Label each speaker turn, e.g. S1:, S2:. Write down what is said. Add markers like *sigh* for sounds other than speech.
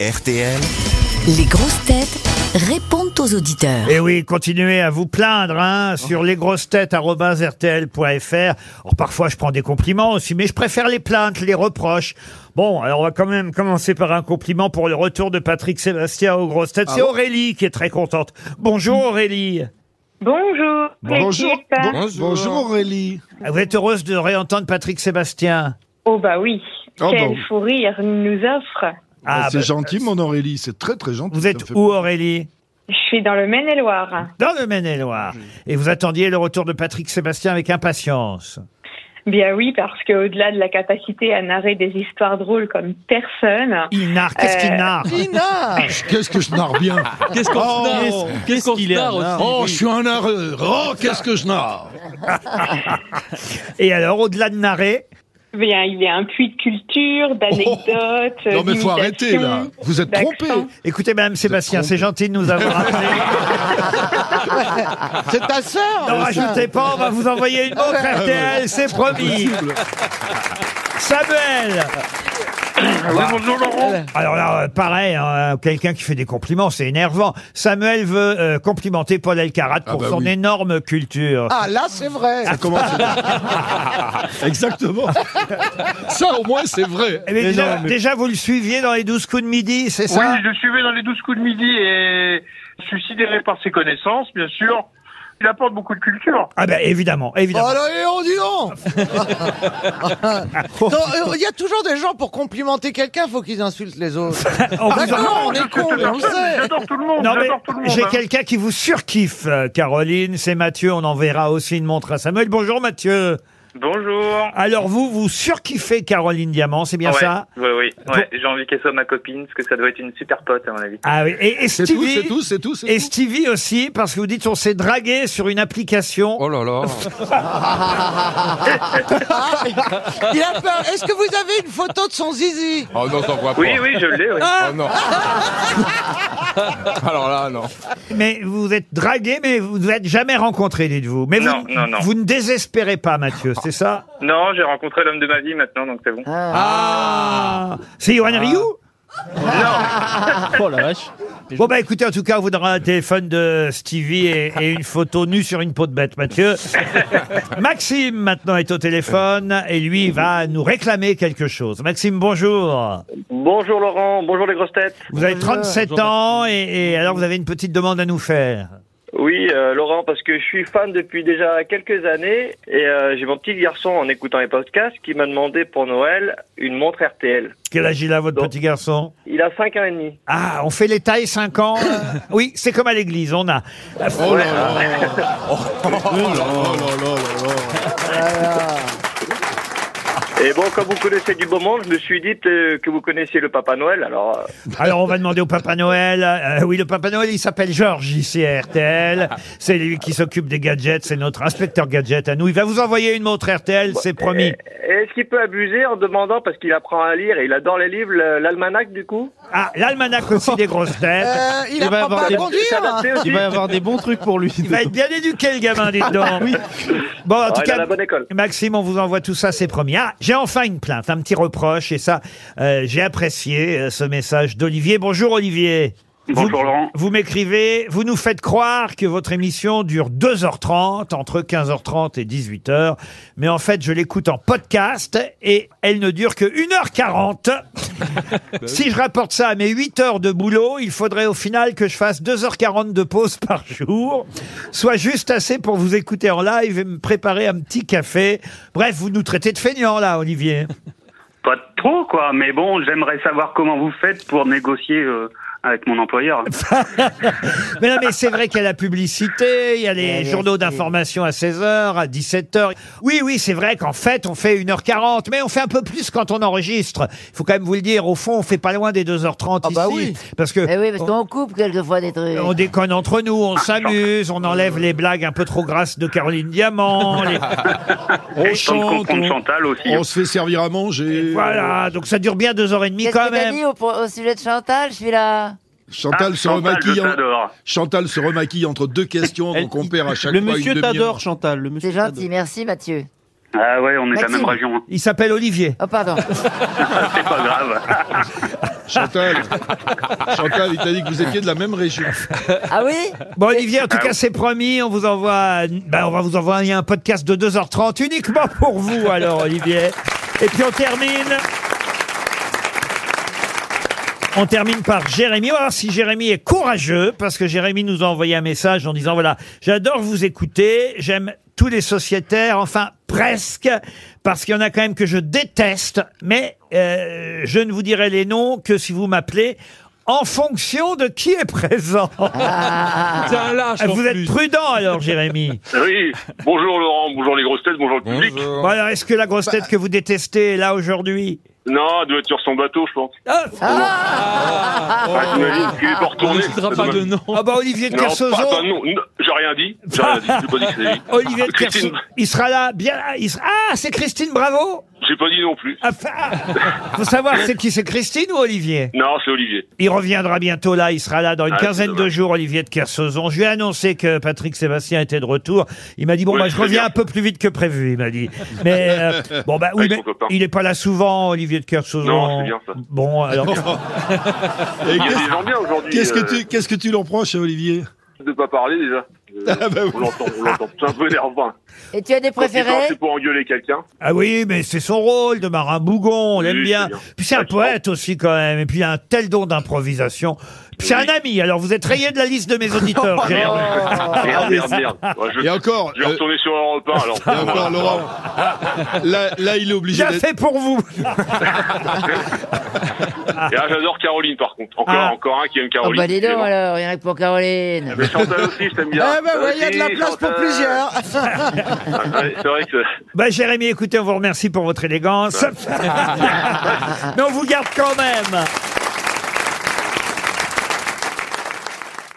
S1: RTL.
S2: Les grosses têtes répondent aux auditeurs.
S3: Et Eh oui, continuez à vous plaindre hein, sur lesgrossetêtes.rtl.fr. Alors parfois, je prends des compliments aussi, mais je préfère les plaintes, les reproches. Bon, alors on va quand même commencer par un compliment pour le retour de Patrick Sébastien aux grosses
S4: Ah
S3: têtes. C'est Aurélie qui est très contente. Bonjour Aurélie.
S5: Bonjour.
S4: Bonjour.
S5: l'équipe.
S4: Bonjour. Aurélie.
S3: Ah, Vous êtes heureuse de réentendre Patrick Sébastien
S5: Oh bah oui.
S4: Oh
S5: Quel
S4: bah.
S5: fou rire il nous offre.
S3: Ah,
S4: c'est
S3: bah,
S4: gentil, mon Aurélie. C'est très, très gentil.
S3: Vous
S4: ça
S3: êtes
S4: me fait-
S3: où Aurélie
S5: Je suis dans le Maine-et-Loire.
S3: Dans le Maine-et-Loire. Et vous attendiez le retour de Patrick Sébastien avec impatience.
S5: Bien oui, parce que au-delà de la capacité à narrer des histoires drôles comme personne,
S3: Il narre. Qu'est-ce qu'il
S5: Euh,
S3: narre
S4: Qu'est-ce que je narre bien
S6: *laughs* Qu'est-ce qu'on se narre Qu'est-ce qu'on se narre aussi
S4: Oh, je suis un narreur. Oh, qu'est-ce que je narre
S3: Et alors, au-delà de narrer,
S5: bien il y a un puits de culture, d'anecdotes.
S4: Oh, Non, mais faut arrêter, là.
S5: d'imitations,
S4: Vous êtes trompé.
S5: d'accents.
S3: Écoutez, Madame Sébastien,
S4: trompé.
S3: c'est gentil de nous avoir appelé.
S7: C'est ta sœur Ah
S3: N'en rajoutez pas, on va vous envoyer une autre RTL, c'est promis. Samuel Bah. Alors là, euh, pareil, hein, quelqu'un qui fait des compliments, c'est énervant. Samuel veut euh, complimenter Paul Elkarat pour
S4: bah
S3: son
S4: oui.
S3: énorme culture.
S7: Ah là c'est vrai
S4: Ça commence.
S3: *laughs*
S4: Exactement. Ça, au moins, c'est vrai.
S3: Eh bien, déjà, déjà, vous le suiviez dans les 12 coups de midi, c'est
S8: Oui,
S3: ça
S8: je le suivais dans les 12 coups de midi et suicidé par ses connaissances, bien sûr. Il apporte beaucoup de culture.
S3: Ah ben évidemment,
S7: Oh
S3: évidemment.
S7: là, eh, on dit non
S6: *laughs*
S7: Non, euh, Il y a toujours des gens pour complimenter quelqu'un, faut qu'ils insultent les autres.
S3: On
S6: Ah,
S3: vous en-
S7: D'accord, on est con, on le sait.
S8: J'adore tout le monde,
S3: Non mais
S8: j'adore tout le monde.
S3: j'ai
S8: hein.
S3: quelqu'un qui vous surkiffe, euh, Caroline, c'est Mathieu, on enverra aussi une montre à Samuel. Bonjour Mathieu.
S9: Bonjour.
S3: Alors vous, vous surkiffez Caroline Diamant, c'est bien
S9: Ah ouais,
S3: ça
S9: Oui, oui. Ouais. J'ai envie qu'elle soit ma copine, parce que ça doit être une super pote, à mon avis.
S3: Ah oui, et, et
S4: C'est tout,
S3: Stevie,
S4: c'est tout, c'est tout. c'est
S3: et
S4: tout.
S3: Stevie aussi, parce que vous dites on s'est dragué sur une application.
S6: Oh là là.
S7: Il a peur. Est-ce que vous avez une photo de son zizi
S6: Oh non, t'en vois pas.
S9: Oui, oui, je
S3: *laughs*
S9: l'ai, oui.
S10: Ah.
S6: Oh non. Alors là, non.
S3: Mais vous vous êtes dragué, mais vous vous êtes jamais rencontré, dites-vous. Mais
S9: Non,
S3: vous,
S9: non, non.
S3: vous ne désespérez pas, Mathieu, c'est ça
S9: Non, j'ai rencontré l'homme de ma vie maintenant, donc c'est bon.
S3: Hein Ah C'est Yohan Ryu *laughs*
S6: Oh la vache.
S3: Bon bah écoutez, en tout cas, on vous donnera un téléphone de Stevie et, et une photo nue sur une peau de bête, Mathieu. Maxime maintenant est au téléphone et lui va nous réclamer quelque chose. Maxime, bonjour.
S9: Bonjour Laurent, bonjour les grosses têtes.
S3: Vous avez 37 ans et, et alors vous avez une petite demande à nous faire.
S9: Oui, euh, Laurent, parce que je suis fan depuis déjà quelques années, et euh, j'ai mon petit garçon en écoutant les podcasts qui m'a demandé pour Noël une montre RTL.
S3: Quel âge il a votre
S9: Bon.
S3: petit garçon
S9: Il a 5 ans et demi.
S3: Ah, on fait les tailles 5
S9: *coughs*
S3: ans euh, Oui, c'est comme à l'église, on a.
S4: Oh là là.
S3: *laughs*
S4: Oh là là là là là.
S9: Et Eh bon, comme vous connaissez du beau monde, je me suis dit euh, que vous connaissiez le Papa Noël, alors... euh,
S3: Alors on va demander au Papa Noël. Euh, oui, le Papa Noël, il s'appelle Georges ici à RTL. C'est lui qui s'occupe des gadgets, c'est notre inspecteur gadget à nous. Il va vous envoyer une montre RTL,
S9: Bah,
S3: c'est promis.
S9: Est-ce qu'il peut abuser en demandant, parce qu'il apprend à lire et il adore les livres, le- l'almanach du coup
S3: Ah, l'almanach aussi des grosses têtes.
S7: Euh, Il
S6: va y
S7: apprend
S6: avoir
S7: pas à
S6: des-
S7: conduire
S9: S'adapter aussi
S6: Il ben, va y avoir des bons trucs pour lui. Ah
S3: Il va être bien éduqué, le gamin, dites donc. Bon, en
S9: Ah,
S3: tout
S9: il a
S3: cas,
S9: la bonne école.
S3: Maxime, on vous envoie tout ça, c'est promis. Ah, j'ai enfin une plainte, un petit reproche, et ça, euh, j'ai apprécié euh, ce message d'Olivier. Bonjour, Olivier.
S8: Bonjour,
S3: vous,
S8: Laurent.
S3: Vous m'écrivez, vous nous faites croire que votre émission dure 2h30, entre 15h30 et 18h, mais en fait, je l'écoute en podcast, et elle ne dure que 1h40. Si je rapporte ça à mes 8 heures de boulot, il faudrait au final que je fasse 2h40 de pause par jour, soit juste assez pour vous écouter en live et me préparer un petit café. Bref, vous nous traitez de feignants là, Olivier.
S8: Pas trop, quoi. Mais bon, j'aimerais savoir comment vous faites pour négocier euh, avec mon employeur.
S3: Mais non, mais c'est vrai qu'il y a la publicité, il y a les journaux d'information à 16h, à 17h. Oui, oui, c'est vrai qu'en fait, on fait 1h40, mais on fait un peu plus quand on enregistre. Il faut quand même vous le dire, au fond, on fait pas loin des 2h30
S7: Ah
S3: ici.
S7: bah oui.
S3: Parce que
S10: Eh oui, parce qu'on coupe quelquefois des trucs.
S3: On déconne entre nous, on s'amuse, on enlève les blagues un peu trop grasses de Caroline Diamant.
S10: *laughs*
S3: les-
S4: On
S8: Tant de
S4: chante,
S8: comprendre
S4: on,
S8: Chantal aussi.
S4: on se fait servir à manger.
S3: Voilà, donc ça dure bien deux heures et demie
S10: Qu'est-ce
S3: quand
S10: que t'as
S3: même.
S10: dit au, pro- au sujet de Chantal Je suis là.
S4: Chantal,
S8: Ah,
S4: se
S8: Chantal,
S4: remaquille
S8: je
S4: en-
S8: t'adore.
S4: Chantal se remaquille entre deux questions,
S6: Elle-
S4: donc on perd à chaque
S6: Le
S4: fois une
S6: monsieur
S4: demi-heure.
S6: t'adore, Chantal. Le monsieur
S10: C'est gentil, merci Mathieu. Oh,
S8: Ah ouais, on est de la
S10: Maxime.
S3: *laughs*
S8: même région. hein.
S3: Il s'appelle Olivier.
S10: Oh pardon.
S8: C'est pas grave.
S4: Chantal, Chantal, il t'a dit que vous étiez de la même
S8: *laughs*
S4: région.
S10: Ah oui
S3: Bon, Olivier, en tout cas, c'est promis. On vous envoie, ben, on va vous envoyer un podcast de 2h30 uniquement pour vous, alors, Olivier. Et puis, on termine. On termine par Jérémy. On va voir si Jérémy est courageux, parce que Jérémy nous a envoyé un message en disant, voilà, j'adore vous écouter, j'aime tous les sociétaires, enfin presque, parce qu'il y en a quand même que je déteste, mais euh, je ne vous dirai les noms que si vous m'appelez en fonction de qui est présent.
S6: C'est un lâche. en
S3: Ah, vous
S6: plus.
S3: êtes prudent alors,
S8: *laughs*
S3: Jérémy.
S8: *laughs* Oui, bonjour Laurent, bonjour les grosses têtes, bonjour le public.
S3: Bon, alors, est-ce que la
S8: Bah.
S3: grosse tête que vous détestez est là aujourd'hui
S8: Non, elle doit être sur son bateau, je pense.
S3: ah,
S8: Ah, j'imagine qu'il est pas
S6: On
S8: retourné.
S6: ne citera pas de nom.
S3: ah bah Olivier de
S8: Non, pas,
S3: Kersozo.
S8: pas de nom. Non, J'ai rien dit. J'ai rien dit. J'ai pas dit que c'était lui.
S3: Olivier de
S8: Ah, Christine,
S3: Kersozo. Il sera là bien. il sera- Ah, c'est Christine Bravo.
S8: j'ai pas dit non plus.
S3: Ah, fa- ah. Faut savoir c'est qui, c'est Christine ou Olivier
S8: Non, c'est Olivier.
S3: Il reviendra bientôt là, il sera là dans une
S8: Ah, c'est
S3: quinzaine de
S8: dommage.
S3: jours, Olivier de Kersauzon. Je lui ai annoncé que Patrick Sébastien était de retour. Il m'a dit, bon,
S8: Oui,
S3: bah, je
S8: c'est
S3: reviens
S8: bien.
S3: un peu plus vite que prévu, il m'a dit. Mais,
S8: *laughs*
S3: euh, bon, bah, oui,
S8: Avec
S3: mais
S8: son copain.
S3: il est pas là souvent, Olivier de Kersauzon.
S8: Non, c'est bien, ça.
S3: Bon, alors,
S4: Et
S8: Il y a des
S4: qu'est-ce-
S8: gens bien aujourd'hui.
S4: Qu'est-ce que
S8: euh,
S4: tu, qu'est-ce que tu l'en prends chez Olivier
S8: De pas parler déjà. Euh,
S4: Ah bah oui.
S8: On l'entend, on l'entend. C'est un peu nerveux.
S10: Et tu as
S3: Oh,
S10: des préférés
S8: C'est pour
S7: *laughs*
S8: engueuler quelqu'un.
S3: Ah oui, mais c'est son rôle de marin bougon, on l'aime
S8: Oui,
S3: bien.
S8: c'est bien.
S3: Puis c'est un
S8: Ouais, je
S3: poète aussi quand même, et puis il a un tel don d'improvisation. Puis c'est
S8: Oui. Oh,
S3: un ami, alors vous êtes rayé de la liste de mes
S8: *laughs*
S3: auditeurs. Gérard.
S7: Ah,
S8: Merde, merde, merde. Ouais, je,
S4: Et encore,
S8: je vais
S4: euh,
S8: retourner sur Europe
S7: *laughs*
S8: 1 alors.
S4: et encore Laurent. Là, là, il est obligé
S3: Bien
S4: d'être.
S3: fait pour vous
S8: Et là, j'adore Caroline par contre. Encore,
S3: Ah.
S8: encore un qui aime
S10: Oh
S8: Caroline.
S10: bah dis donc
S8: Évidemment.
S10: alors, il y en a que pour Caroline.
S8: Mais Chantal aussi, je t'aime
S7: Eh
S8: bien.
S7: ben ouais, il y a de la
S8: Aussi,
S7: place pour
S8: Chantal.
S7: plusieurs.
S8: Ah, ouais, C'est vrai que.
S3: Bah Jérémy, *laughs*
S8: *laughs*
S3: écoutez, on vous remercie pour votre élégance. Mais on vous garde quand même.